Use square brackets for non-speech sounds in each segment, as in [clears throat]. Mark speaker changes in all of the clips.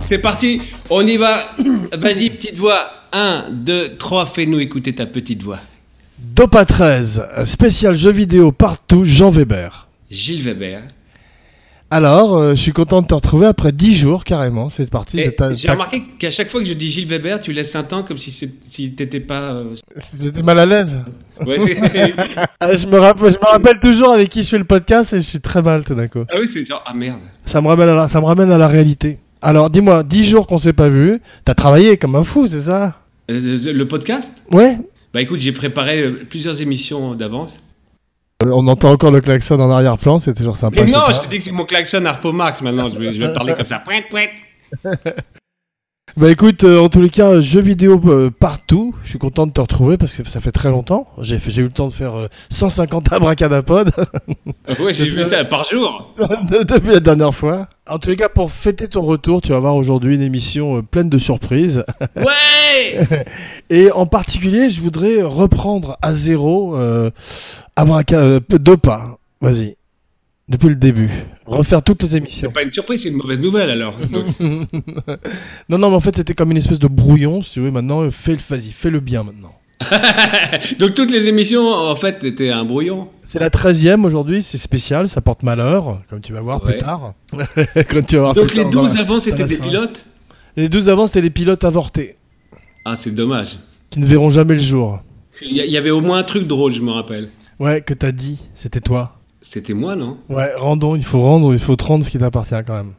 Speaker 1: C'est parti, on y va. Vas-y, petite voix. 1, 2, 3, fais-nous écouter ta petite voix.
Speaker 2: Dopa 13, spécial jeu vidéo partout, Jean Weber.
Speaker 1: Gilles Weber.
Speaker 2: Alors, euh, je suis content de te retrouver après 10 jours carrément. C'est parti.
Speaker 1: Et
Speaker 2: de ta-
Speaker 1: J'ai
Speaker 2: ta-
Speaker 1: remarqué qu'à chaque fois que je dis Gilles Weber, tu laisses un temps comme si, c'est- si t'étais pas. euh,
Speaker 2: J'étais mal à l'aise.
Speaker 1: ouais, c'est- [laughs]
Speaker 2: Ah, je, me rappelle, je me rappelle toujours avec qui je fais le podcast et je suis très mal tout d'un coup.
Speaker 1: ah oui, c'est genre, ah merde.
Speaker 2: Ça me ramène à la, ça me ramène à la réalité. Alors, dis-moi, 10 jours qu'on s'est pas vu, t'as travaillé comme un fou, c'est ça
Speaker 1: Euh, le podcast
Speaker 2: Ouais
Speaker 1: Bah écoute, j'ai préparé euh, plusieurs émissions d'avance.
Speaker 2: Euh, On entend encore le klaxon en arrière-plan, c'est toujours sympa.
Speaker 1: Mais
Speaker 2: je sais
Speaker 1: non,
Speaker 2: pas.
Speaker 1: je te dis que c'est mon klaxon Harpo Marx maintenant. Je vais, je vais parler comme ça. Pouet, pouet.
Speaker 2: Bah écoute, euh, en tous les cas, euh, jeux vidéo euh, partout. Je suis content de te retrouver parce que ça fait très longtemps. J'ai fait- j'ai eu le temps de faire euh, [laughs] 150 abracadapodes
Speaker 1: Ouais, j'ai vu ça par jour.
Speaker 2: de- depuis la dernière fois. En tous les cas, pour fêter ton retour, tu vas voir aujourd'hui une émission euh, pleine de surprises.
Speaker 1: Ouais
Speaker 2: Et en particulier, je voudrais reprendre à zéro euh, Abraca- euh, Dopa. Vas-y. Depuis le début. Refaire toutes les émissions.
Speaker 1: C'est pas une surprise, c'est une mauvaise nouvelle alors. Donc,
Speaker 2: Non, non, mais en fait, c'était comme une espèce de brouillon, si tu veux. Maintenant, euh, fais le, vas-y, fais le bien maintenant.
Speaker 1: donc toutes les émissions, en fait, étaient un brouillon.
Speaker 2: C'est la 13e aujourd'hui, c'est spécial, ça porte malheur, comme tu vas voir
Speaker 1: Ouais.
Speaker 2: plus tard. [laughs] Quand tu vas voir
Speaker 1: Donc
Speaker 2: plus
Speaker 1: les
Speaker 2: tard, dans
Speaker 1: 12
Speaker 2: la-
Speaker 1: avant, c'était
Speaker 2: dans la
Speaker 1: des
Speaker 2: soirée.
Speaker 1: pilotes
Speaker 2: Les 12 avant, c'était les pilotes avortés,
Speaker 1: Ah, c'est dommage.
Speaker 2: qui ne verront jamais le jour.
Speaker 1: Il y, a- il y avait au moins un truc drôle, je me rappelle.
Speaker 2: Ouais, que t'as dit, c'était toi.
Speaker 1: C'était moi, non
Speaker 2: Ouais, rendons, il faut rendre, il faut te rendre ce qui t'appartient quand même.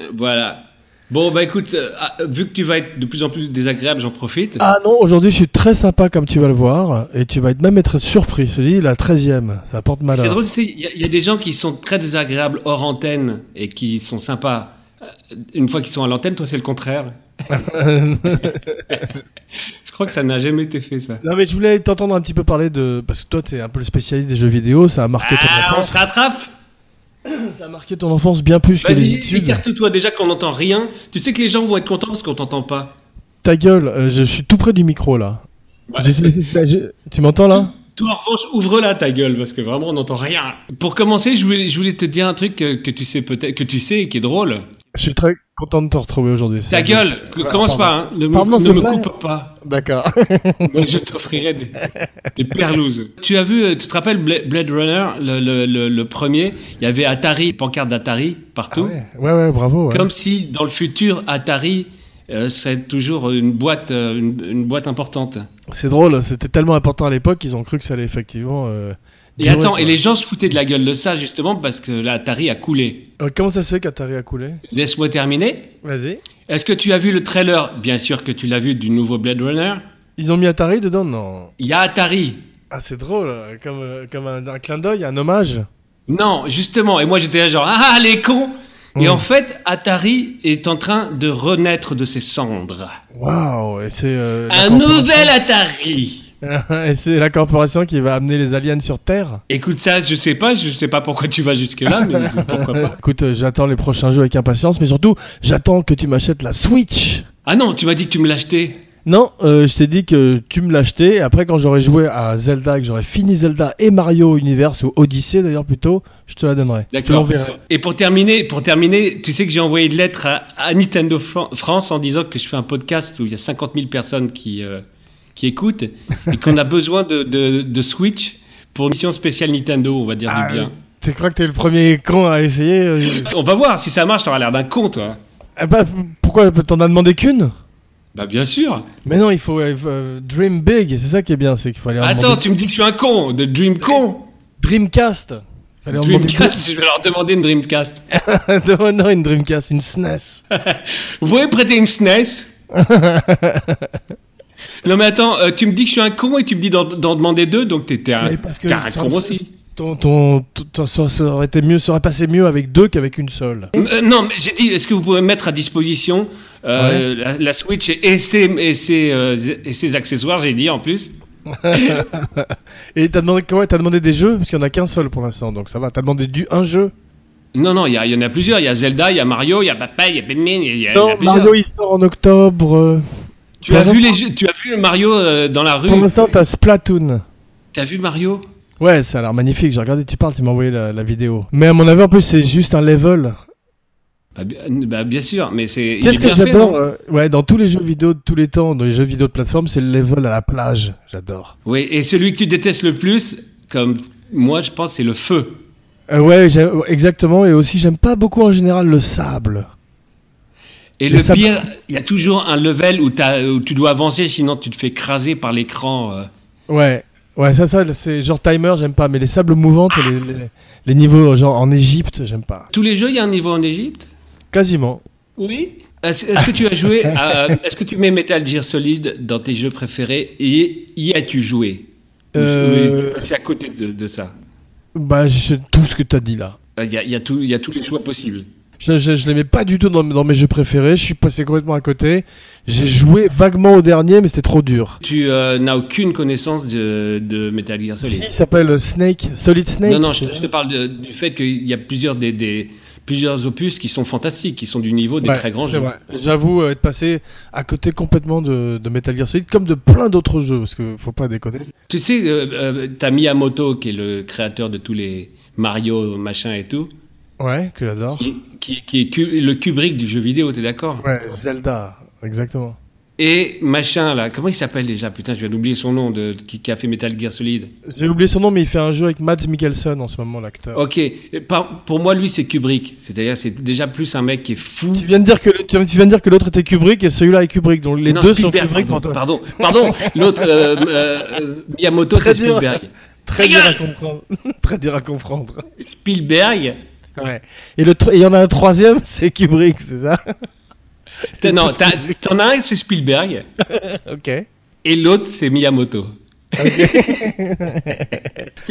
Speaker 1: Euh, Voilà. Bon, bah écoute, euh, ah, vu que tu vas être de plus en plus désagréable, j'en profite.
Speaker 2: Ah non, aujourd'hui je suis très sympa comme tu vas le voir, et tu vas être- même être surpris. Je te dis, la 13e, ça porte malheur.
Speaker 1: c'est drôle, c'est- il y, a- il y a des gens qui sont très désagréables hors antenne et qui sont sympas. Euh, Une fois qu'ils sont à l'antenne, toi, c'est le
Speaker 2: [laughs]
Speaker 1: contraire. [laughs] je crois que ça n'a jamais été fait, ça.
Speaker 2: Non mais je voulais t'entendre un petit peu parler de... Parce que toi t'es un peu le spécialiste des jeux vidéo, ça a marqué ton
Speaker 1: Ah, on
Speaker 2: enfance.
Speaker 1: se rattrape
Speaker 2: Ça a marqué ton enfance bien plus que les
Speaker 1: Vas-y,
Speaker 2: études.
Speaker 1: écarte-toi déjà qu'on n'entend rien. Tu sais que les gens vont être contents parce qu'on t'entend pas.
Speaker 2: Ta gueule, euh, je suis tout près du micro là.
Speaker 1: Ouais.
Speaker 2: J'ai- j'ai- j'ai- j'ai- Tu m'entends là
Speaker 1: Toi, en revanche, ouvre-la ta gueule parce que vraiment, on n'entend rien. Pour commencer, je voulais, je voulais te dire un truc que, que tu sais peut-être, que tu sais et qui est drôle.
Speaker 2: Je suis très content de te retrouver aujourd'hui. c'est-
Speaker 1: Ta gueule, que-
Speaker 2: Bah,
Speaker 1: commence
Speaker 2: pardon.
Speaker 1: pas, hein. ne, me-
Speaker 2: Pardon,
Speaker 1: ne
Speaker 2: c'est
Speaker 1: me
Speaker 2: vrai.
Speaker 1: coupe pas.
Speaker 2: D'accord.
Speaker 1: Moi, je t'offrirai des, des perlouses. Tu as vu, euh, tu te rappelles Bla- Blade Runner, le, le- le- le premier, il y avait Atari, pancarte d'Atari
Speaker 2: Ah
Speaker 1: partout.
Speaker 2: ouais. ouais, ouais, bravo. ouais.
Speaker 1: Comme si dans le futur, Atari euh, serait toujours une boîte, euh, une- une boîte importante.
Speaker 2: C'est drôle, c'était tellement important à l'époque qu'ils ont cru que ça allait effectivement. euh,
Speaker 1: Et
Speaker 2: durer,
Speaker 1: attends,
Speaker 2: quoi.
Speaker 1: et les gens se foutaient de la gueule de ça justement parce que l'Atari a coulé.
Speaker 2: Euh, comment ça se fait qu'Atari a coulé
Speaker 1: Laisse-moi terminer.
Speaker 2: Vas-y.
Speaker 1: Est-ce que tu as vu le trailer Bien sûr que tu l'as vu du nouveau Blade Runner.
Speaker 2: Ils ont mis Atari dedans Non.
Speaker 1: Il y a Atari.
Speaker 2: Ah, c'est drôle, euh, comme, euh, comme un, un clin d'œil, un hommage.
Speaker 1: Non, justement. Et moi j'étais là genre ah les cons. Et
Speaker 2: Mm.
Speaker 1: en fait, Atari est en train de renaître de ses cendres.
Speaker 2: Euh, Waouh Et c'est. euh, la
Speaker 1: Un
Speaker 2: corporation-
Speaker 1: nouvel Atari.
Speaker 2: [laughs] Et c'est la corporation qui va amener les aliens sur Terre
Speaker 1: Écoute ça, je sais pas, je sais pas pourquoi tu vas jusque là, mais pourquoi pas.
Speaker 2: Écoute, euh, j'attends les prochains jeux avec impatience, mais surtout, j'attends que tu m'achètes la Switch
Speaker 1: Ah non, tu m'as dit que tu me l'achetais.
Speaker 2: Non, euh, je t'ai dit que tu me l'achetais. Après, quand j'aurai joué à Zelda, que j'aurai fini Zelda et Mario Universe, ou Odyssey d'ailleurs plutôt, je te la donnerai. Je te
Speaker 1: D'accord.
Speaker 2: l'enverrai.
Speaker 1: Et pour terminer, pour terminer, tu sais que j'ai envoyé une lettre à, à Nintendo Fran- France en disant que je fais un podcast où il y a 50 000 personnes qui, euh, qui écoutent et qu'on a besoin de, de, de Switch pour une mission spéciale Nintendo, on va dire
Speaker 2: Ah,
Speaker 1: du bien.
Speaker 2: Tu crois que t'es le premier con à essayer euh,
Speaker 1: On va voir si ça marche, t'auras l'air d'un con, toi.
Speaker 2: Ah bah, Pourquoi t'en as demandé qu'une
Speaker 1: Bah bien sûr.
Speaker 2: Mais non, il faut euh, euh, dream big. C'est ça qui est bien, c'est qu'il faut aller. en
Speaker 1: Attends,
Speaker 2: demander-
Speaker 1: tu me dis que je suis un con, de Dream Con.
Speaker 2: Dreamcast. Fallait en demander [laughs]
Speaker 1: Dreamcast, je vais leur demander une Dreamcast.
Speaker 2: deux. Non, non, une Dreamcast, une SNES.
Speaker 1: Vous pouvez me prêter une
Speaker 2: [laughs]
Speaker 1: SNES Non mais attends, euh, tu me dis que je suis un con et tu me dis d'en- d'en demander deux, donc t'es t'es un,
Speaker 2: Mais parce que
Speaker 1: t'es un
Speaker 2: ça-
Speaker 1: con aussi.
Speaker 2: Ton, ton, ton- ton- ça ça aurait été mieux, ça aurait passé mieux avec deux qu'avec une seule.
Speaker 1: Euh, non, mais j'ai dit, est-ce que vous pouvez mettre à disposition euh, la, la Switch et, et ses, et, ses, euh, et ses accessoires, j'ai dit en plus
Speaker 2: Et t'as demandé quoi T'as demandé des jeux Parce qu'il n'y en a qu'un seul pour l'instant, donc ça va. T'as demandé du un jeu
Speaker 1: Non, non, il y, a- il y en a plusieurs. Il y a Zelda, il y a Mario, il y a Papa, il y a Batman, il y a, il y en a
Speaker 2: Non,
Speaker 1: plusieurs.
Speaker 2: Mario il sort en octobre. euh,
Speaker 1: Tu, as vu les, jeux- tu as vu le Mario euh, dans la rue
Speaker 2: Pour l'instant, t'as Splatoon.
Speaker 1: T'as vu Mario
Speaker 2: Ouais, ça a l'air magnifique. J'ai regardé, tu parles, tu m'as envoyé la, la vidéo. Mais à mon avis, en plus, c'est juste un level.
Speaker 1: Bah, bi- bah, bien sûr, mais c'est. il
Speaker 2: Qu'est-ce
Speaker 1: est
Speaker 2: que
Speaker 1: bien fait,
Speaker 2: j'adore
Speaker 1: non
Speaker 2: euh, Ouais, dans tous les jeux vidéo de tous les temps, dans les jeux vidéo de plateforme, c'est le level à la plage. J'adore.
Speaker 1: Oui, et celui que tu détestes le plus, comme moi, je pense, c'est le feu.
Speaker 2: Euh, ouais, j'ai- ouais, exactement. Et aussi, j'aime pas beaucoup en général le sable.
Speaker 1: Et
Speaker 2: Mais
Speaker 1: le
Speaker 2: ça-
Speaker 1: pire, il y a toujours un level où, t'as- où tu dois avancer, sinon tu te fais craser par l'écran. euh.
Speaker 2: Ouais, ouais, ça, ça, c'est genre timer, j'aime pas. Mais les sables mouvants, et les, les- les niveaux genre en Égypte, j'aime pas.
Speaker 1: Tous les jeux, il y a un niveau en Égypte
Speaker 2: Quasiment.
Speaker 1: Oui. Est-ce est-ce que tu as joué à- euh, Est-ce que tu mets Metal Gear Solid dans tes jeux préférés et y as-tu joué Ou-
Speaker 2: Euh,
Speaker 1: ou tu es passé à côté de, de ça. Euh,
Speaker 2: Bah, je sais tout ce que t'as dit là.
Speaker 1: Il y a, il y a tout- il y a tous les choix possibles.
Speaker 2: Je, je, je l'aimais pas du tout dans, dans mes jeux préférés. Je suis passé complètement à côté. J'ai joué vaguement au dernier, mais c'était trop dur.
Speaker 1: Tu euh, n'as aucune connaissance de, de Metal Gear
Speaker 2: Si,
Speaker 1: Solid.
Speaker 2: Il s'appelle Snake, Solid Snake.
Speaker 1: Non, non, je, te- je te parle de- du fait qu'il y a plusieurs, des, des- plusieurs opus qui sont fantastiques, qui sont du niveau des
Speaker 2: Ouais,
Speaker 1: très grands
Speaker 2: c'est
Speaker 1: jeux.
Speaker 2: vrai. J'avoue euh, être passé à côté complètement de, de Metal Gear Solid, comme de plein d'autres jeux, parce que faut pas déconner.
Speaker 1: Tu sais, euh, euh, t'as Miyamoto, qui est le créateur de tous les Mario, machin et tout,
Speaker 2: Ouais, que j'adore.
Speaker 1: qui, qui- qui est Ku- le Kubrick du jeu vidéo, t'es d'accord
Speaker 2: Oh. Ouais, Zelda, exactement.
Speaker 1: Et machin, là, comment il s'appelle déjà Putain, je viens d'oublier son nom, de, qui, qui a fait Metal Gear Solid.
Speaker 2: J'ai oublié son nom, mais il fait un jeu avec Mads Mikkelsen en ce moment, l'acteur.
Speaker 1: Ok, Et par- pour moi, lui, c'est Kubrick. C'est-à-dire, c'est déjà plus un mec qui est fou.
Speaker 2: Tu viens de dire que le- tu viens de dire que l'autre était Kubrick et celui-là est Kubrick, donc les
Speaker 1: Non,
Speaker 2: deux
Speaker 1: Spielberg,
Speaker 2: sont Kubrick.
Speaker 1: Pardon,
Speaker 2: Antoine.
Speaker 1: pardon, pardon.
Speaker 2: [laughs]
Speaker 1: l'autre, euh, euh, euh, Miyamoto,
Speaker 2: Très
Speaker 1: c'est
Speaker 2: dur.
Speaker 1: Spielberg.
Speaker 2: Très dur à comprendre. [laughs] Très dur à comprendre.
Speaker 1: Spielberg
Speaker 2: Ouais. Et le tr- et il y en a un troisième, [laughs] c'est Kubrick, c'est ça
Speaker 1: T'as- Non, t'as- t'en as un, c'est Spielberg,
Speaker 2: Ok.
Speaker 1: et l'autre, c'est Miyamoto. [laughs] tu
Speaker 2: Non,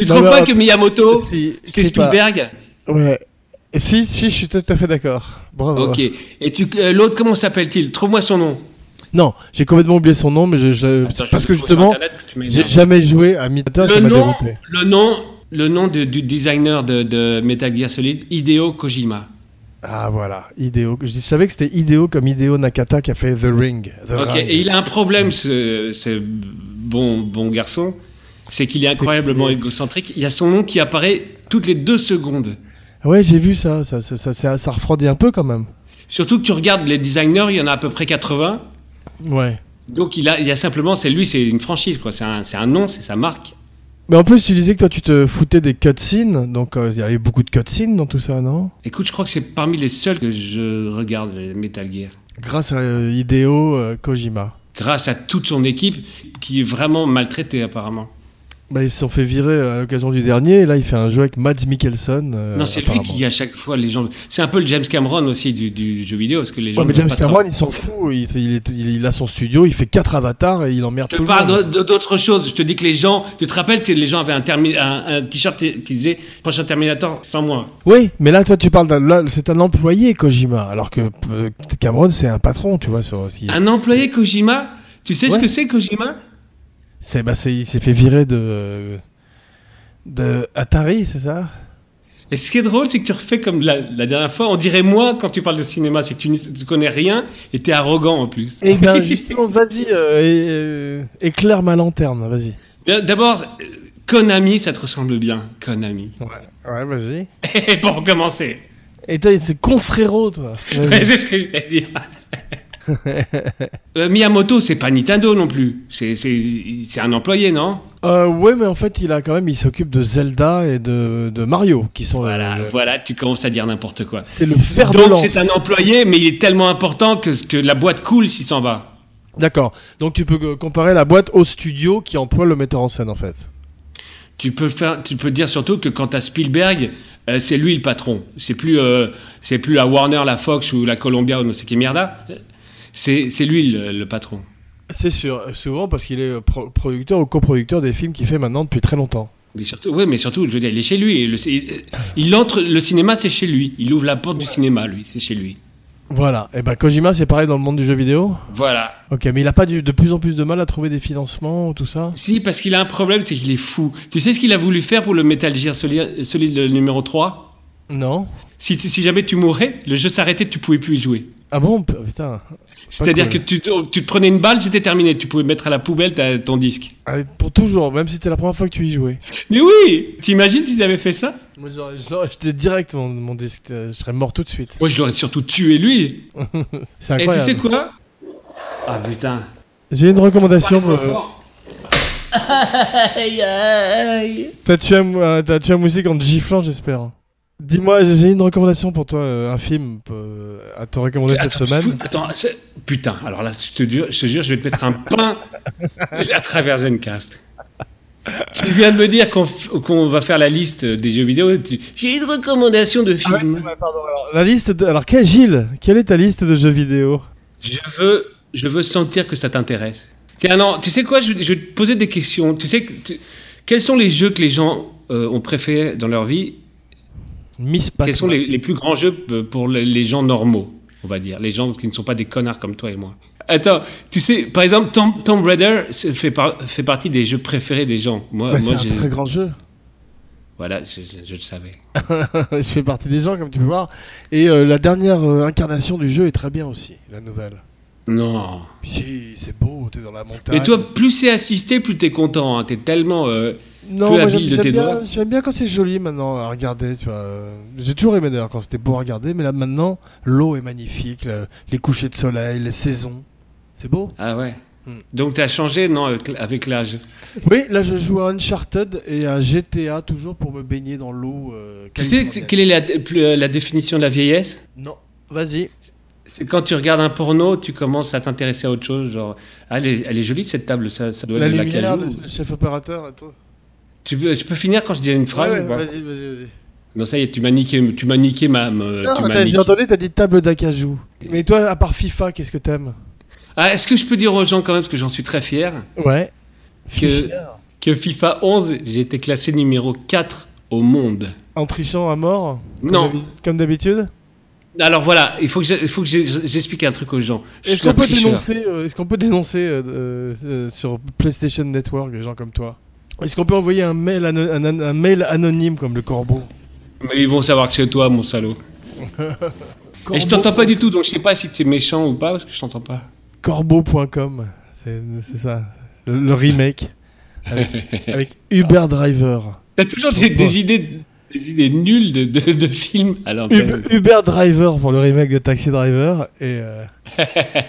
Speaker 1: trouves
Speaker 2: mais
Speaker 1: pas
Speaker 2: alors-
Speaker 1: que Miyamoto,
Speaker 2: Si, je
Speaker 1: Oh, c'est
Speaker 2: sais pas.
Speaker 1: Spielberg
Speaker 2: Ouais. Et Si, si, je suis tout à fait d'accord. Bravo.
Speaker 1: Ok. Et tu, euh, l'autre, comment s'appelle-t-il Trouve-moi son nom.
Speaker 2: Non, j'ai complètement oublié son nom, mais je, je-
Speaker 1: Attends, je
Speaker 2: parce
Speaker 1: vais
Speaker 2: que
Speaker 1: le trouver sur
Speaker 2: justement,
Speaker 1: Internet, parce que tu m'as
Speaker 2: j'ai
Speaker 1: énervé.
Speaker 2: jamais joué à Mitateur, ça
Speaker 1: le
Speaker 2: m'a
Speaker 1: nom,
Speaker 2: dégoûté.
Speaker 1: le nom, le nom de- du designer de, de Metal Gear Solid, Hideo Kojima.
Speaker 2: Ah voilà, Hideo. Je dis- je savais que c'était Hideo comme Hideo Nakata qui a fait The Ring. The
Speaker 1: Ok.
Speaker 2: Ring.
Speaker 1: Et il a un problème, ce, ce bon, bon garçon, c'est qu'il est incroyablement égocentrique. Il y a son nom qui apparaît toutes les deux secondes.
Speaker 2: Ouais, j'ai vu ça ça, ça, ça, ça- ça refroidit un peu quand même.
Speaker 1: Surtout que tu regardes les designers, il y en a à peu près 80.
Speaker 2: Ouais.
Speaker 1: Donc il a, il y a simplement, c'est lui, c'est une franchise, quoi. C'est un, c'est un nom, c'est sa marque.
Speaker 2: Mais en plus, tu disais que toi, tu te foutais des cutscenes, donc euh, il y avait beaucoup de cutscenes dans tout ça, non
Speaker 1: Écoute, je crois que c'est parmi les seuls que je regarde les Metal Gear.
Speaker 2: Grâce à euh, Hideo euh, Kojima.
Speaker 1: Grâce à toute son équipe qui est vraiment maltraitée apparemment.
Speaker 2: Bah, ils se sont fait virer à l'occasion du dernier, et là, il fait un jeu avec Mads Mikkelsen. euh,
Speaker 1: non, c'est lui
Speaker 2: apparemment.
Speaker 1: qui à chaque fois les gens. C'est un peu le James Cameron aussi du, du jeu vidéo parce que les gens.
Speaker 2: Ouais, mais
Speaker 1: n'ont
Speaker 2: James
Speaker 1: pas de
Speaker 2: Cameron,
Speaker 1: temps.
Speaker 2: il s'en fout. Il, il est- il- il a son studio, il fait quatre avatars et il emmerde
Speaker 1: Je
Speaker 2: tout
Speaker 1: te
Speaker 2: le
Speaker 1: parle
Speaker 2: monde.
Speaker 1: de- de- d'autre chose. Je te dis que les gens. Tu te rappelles que les gens avaient un, termi- un, un t-shirt qui disait prochain Terminator sans moi.
Speaker 2: Oui, mais là, toi, tu parles d'un. là, C'est un employé, Kojima. Alors que euh, Cameron, c'est un patron, tu vois. Sur, il-
Speaker 1: Un employé Kojima. Tu sais ce
Speaker 2: Ouais.
Speaker 1: que c'est Kojima
Speaker 2: c'est- bah, c'est- il s'est fait virer de. de Atari, c'est ça
Speaker 1: Et ce qui est drôle, c'est que tu refais comme la, la dernière fois. On dirait moi quand tu parles de cinéma, c'est que tu, n'y- tu connais rien et t'es arrogant en plus.
Speaker 2: Eh [laughs] ben, justement, vas-y, euh, é- euh, éclaire ma lanterne, vas-y.
Speaker 1: D- D'abord, euh, Konami, ça te ressemble bien, Konami. [laughs]
Speaker 2: Ouais, vas-y.
Speaker 1: Pour commencer.
Speaker 2: Et toi, c'est confrérot, toi. Vas-y.
Speaker 1: Ouais, [laughs] c'est ce que j'allais dire. Euh, Miyamoto, c'est pas Nintendo non plus. C'est c'est- c'est un employé, non
Speaker 2: Euh, ouais, mais en fait, il a quand même, il s'occupe de Zelda et de, de Mario, qui sont.
Speaker 1: Voilà,
Speaker 2: euh,
Speaker 1: voilà, tu commences à dire n'importe quoi.
Speaker 2: C'est le fer de
Speaker 1: Donc
Speaker 2: lance.
Speaker 1: c'est un employé, mais il est tellement important que, que la boîte coule s'il s'en va.
Speaker 2: D'accord. Donc tu peux euh, comparer la boîte au studio qui emploie le metteur en scène en fait.
Speaker 1: Tu peux faire, tu peux dire surtout que quant à Spielberg, euh, c'est lui le patron. C'est plus, euh, c'est plus la Warner, la Fox ou la Columbia ou non c'est qui merda. C'est c'est lui le, le patron.
Speaker 2: C'est sûr, euh, souvent parce qu'il est euh, pro- producteur ou coproducteur des films qu'il fait maintenant depuis très longtemps.
Speaker 1: Mais surtout, ouais, mais surtout, je veux dire, il est chez lui. Et le- il, il entre, le cinéma, c'est chez lui. Il ouvre la porte du cinéma, lui, c'est chez lui.
Speaker 2: Voilà. Et ben Kojima c'est pareil dans le monde du jeu vidéo.
Speaker 1: Voilà.
Speaker 2: Ok, mais il a pas du- de plus en plus de mal à trouver des financements tout ça.
Speaker 1: Si, parce qu'il a un problème, c'est qu'il est fou. Tu sais ce qu'il a voulu faire pour le Metal Gear Soli- Solid le numéro 3
Speaker 2: Non.
Speaker 1: si, si jamais tu mourais, le jeu s'arrêtait, tu pouvais plus y jouer.
Speaker 2: Ah bon p- Putain.
Speaker 1: C'est-à-dire
Speaker 2: cool.
Speaker 1: que tu, te- tu te prenais une balle, c'était terminé. Tu pouvais mettre à la poubelle ta- ton disque.
Speaker 2: Ah, Allez, pour toujours, même si c'était la première fois que tu y jouais.
Speaker 1: Mais oui T'imagines s'ils avaient fait ça
Speaker 2: Moi, j'aurais- je l'aurais jeté direct, mon, mon disque. euh, Je serais mort tout de suite.
Speaker 1: Moi, je l'aurais surtout tué lui.
Speaker 2: C'est
Speaker 1: Et tu
Speaker 2: incroyable.
Speaker 1: sais quoi Ah putain.
Speaker 2: J'ai une recommandation. euh, T'as tué, un- euh, t'as tué la musique en te giflant, j'espère. hein. Dis-moi, j'ai une recommandation pour toi, euh, un film euh, à te recommander cette
Speaker 1: Attends,
Speaker 2: semaine.
Speaker 1: fou- attends, c'est- putain, alors là, je te, jure, je te jure, je vais te mettre un pain [laughs] à travers Zencast. Tu viens de me dire qu'on f- qu'on va faire la liste des jeux vidéo. et tu- J'ai une recommandation de
Speaker 2: Ah ouais, c'est
Speaker 1: film.
Speaker 2: vrai, pardon, alors, la liste de... Alors, quel, Gilles, quelle est ta liste de jeux vidéo
Speaker 1: Je veux, je veux sentir que ça t'intéresse. Tiens, non, tu sais quoi, je, je vais te poser des questions. Tu sais, que tu- quels sont les jeux que les gens euh, ont préférés dans leur vie
Speaker 2: Miss Pac-Man.
Speaker 1: Quels sont les, les plus grands jeux p- pour les, les gens normaux, on va dire, les gens qui ne sont pas des connards comme toi et moi Attends, tu sais, par exemple, Tom- Tomb Raider c'est- fait, par- fait partie des jeux préférés des gens. Moi,
Speaker 2: Ouais,
Speaker 1: moi
Speaker 2: c'est
Speaker 1: j'ai-
Speaker 2: un très grand jeu. [laughs]
Speaker 1: voilà, je, je- je le savais.
Speaker 2: je fais partie des gens, comme tu peux voir. Et euh, la dernière euh, incarnation du jeu est très bien aussi, la nouvelle.
Speaker 1: Non.
Speaker 2: Si, c'est beau, t'es dans la montagne.
Speaker 1: Mais toi, plus c'est assisté, plus t'es content. hein. T'es tellement. euh,
Speaker 2: non,
Speaker 1: peu
Speaker 2: moi,
Speaker 1: habile de
Speaker 2: j'aime j'aime
Speaker 1: tes
Speaker 2: bien,
Speaker 1: doigts.
Speaker 2: j'aime bien quand c'est joli maintenant à regarder. Tu vois. euh, J'ai toujours aimé d'ailleurs quand c'était beau à regarder, mais là maintenant, l'eau est magnifique, le- les couchers de soleil, les saisons. C'est beau.
Speaker 1: Ah ouais.
Speaker 2: Hmm.
Speaker 1: Donc t'as changé, non, avec avec l'âge
Speaker 2: Oui, là je joue à Uncharted et à GTA toujours pour me baigner dans l'eau. euh,
Speaker 1: Tu sais
Speaker 2: californienne.
Speaker 1: quelle est la, plus, euh, la définition de la vieillesse
Speaker 2: Non, vas-y.
Speaker 1: C'est quand tu regardes un porno, tu commences à t'intéresser à autre chose, genre ah, elle, est, elle est jolie cette table, ça, ça doit
Speaker 2: La
Speaker 1: être de
Speaker 2: lumière,
Speaker 1: l'acajou.
Speaker 2: le chef opérateur, attends.
Speaker 1: Tu peux, je peux finir quand je dis une phrase
Speaker 2: Ouais,
Speaker 1: ou
Speaker 2: ouais,
Speaker 1: pas
Speaker 2: vas-y, vas-y, vas-y.
Speaker 1: Non, ça y est, tu m'as niqué, tu m'as niqué ma. me-
Speaker 2: Non,
Speaker 1: tu m'as
Speaker 2: t'as-
Speaker 1: niqué.
Speaker 2: j'ai entendu, t'as dit table d'acajou. Mais toi, à part FIFA, qu'est-ce que t'aimes
Speaker 1: Ah, Est-ce que je peux dire aux gens quand même, parce que j'en suis très fier,
Speaker 2: Ouais.
Speaker 1: que, que FIFA 11, j'ai été classé numéro 4 au monde.
Speaker 2: En trichant à mort comme
Speaker 1: Non.
Speaker 2: d'habi- Comme d'habitude
Speaker 1: Alors voilà, il faut que j'ai- il faut que j'ai- j'explique un truc aux gens. Je
Speaker 2: Est-ce
Speaker 1: suis un
Speaker 2: qu'on peut
Speaker 1: tricheur.
Speaker 2: dénoncer, euh, est-ce qu'on peut dénoncer euh, euh, euh, sur PlayStation Network des gens comme toi Est-ce qu'on peut envoyer un mail, ano- un, an- un mail anonyme comme le corbeau
Speaker 1: Mais ils vont savoir que c'est toi, mon salaud. Et je t'entends pas du tout, donc je sais pas si tu es méchant ou pas, parce que je t'entends pas.
Speaker 2: Corbeau.com, c'est c'est ça, le, le remake
Speaker 1: [laughs]
Speaker 2: avec, avec Uber Driver.
Speaker 1: T'as toujours des, des idées, des idées nulles de, de, de films à l'antenne.
Speaker 2: Uber, Uber Driver pour le remake de Taxi Driver
Speaker 1: [laughs]
Speaker 2: et, euh,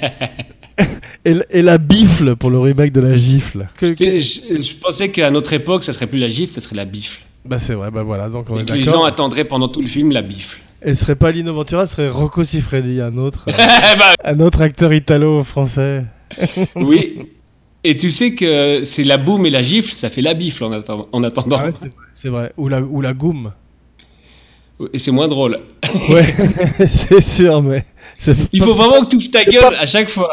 Speaker 2: [laughs] et, l- et la bifle pour le remake de la gifle.
Speaker 1: Je, je- je pensais qu'à notre époque, ça serait plus la gifle, ça serait la bifle.
Speaker 2: Bah c'est vrai, bah voilà, donc on
Speaker 1: Et
Speaker 2: est
Speaker 1: que les gens
Speaker 2: d'accord.
Speaker 1: attendraient pendant tout le film la
Speaker 2: [laughs]
Speaker 1: bifle.
Speaker 2: Et ce serait pas Lino Ventura, ce serait Rocco Siffredi, un autre, euh,
Speaker 1: Eh ben,
Speaker 2: un autre acteur italo-français.
Speaker 1: oui. Et tu sais que c'est la boum et la gifle, ça fait la bifle en, atten- en attendant.
Speaker 2: Ah ouais, c'est vrai, c'est vrai, ou la, ou la goum.
Speaker 1: Et c'est moins drôle.
Speaker 2: Ouais, [laughs] c'est sûr, mais c'est
Speaker 1: Il faut vraiment que tu ouvres ta gueule à chaque fois.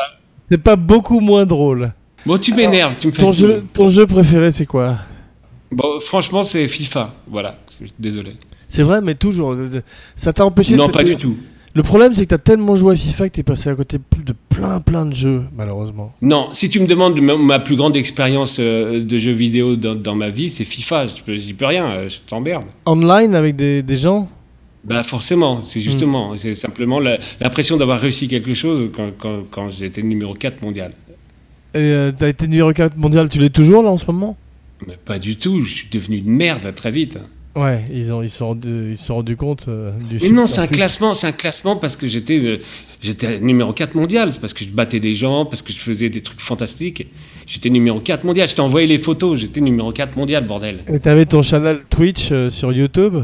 Speaker 2: c'est pas beaucoup moins drôle.
Speaker 1: Bon, tu m'énerves, tu me fais.
Speaker 2: Ton jeu, ton jeu préféré, c'est quoi
Speaker 1: Bon, franchement, c'est FIFA. Voilà. Désolé.
Speaker 2: C'est vrai, mais toujours. euh, de- Ça t'a empêché
Speaker 1: Non,
Speaker 2: de-
Speaker 1: pas du tout.
Speaker 2: Le problème, c'est que t'as tellement joué à FIFA que t'es passé à côté plus de plein plein de jeux, malheureusement.
Speaker 1: Non, si tu me demandes ma- ma plus grande expérience euh, de jeux vidéo dans, dans ma vie, c'est FIFA. Je peux- J'y peux rien, euh, je t'emmerde.
Speaker 2: Online avec des, des gens
Speaker 1: Bah forcément, c'est
Speaker 2: Hmm.
Speaker 1: justement, c'est simplement la- l'impression d'avoir réussi quelque chose quand, quand- quand j'étais numéro 4 mondial.
Speaker 2: et euh, t'as été numéro 4 mondial, tu l'es toujours là en ce moment
Speaker 1: Mais pas du tout, je suis devenu une merde très vite.
Speaker 2: Ouais, ils, ont, ils, se sont rendus, ils se sont rendus compte euh, du
Speaker 1: Mais non, c'est un
Speaker 2: subterfuge.
Speaker 1: classement, c'est un classement parce que j'étais euh, j'étais numéro 4 mondial, c'est parce que je battais des gens, parce que je faisais des trucs fantastiques. J'étais numéro 4 mondial, je t'ai envoyé les photos, j'étais numéro 4 mondial, bordel.
Speaker 2: Et t'avais ton channel Twitch euh, sur YouTube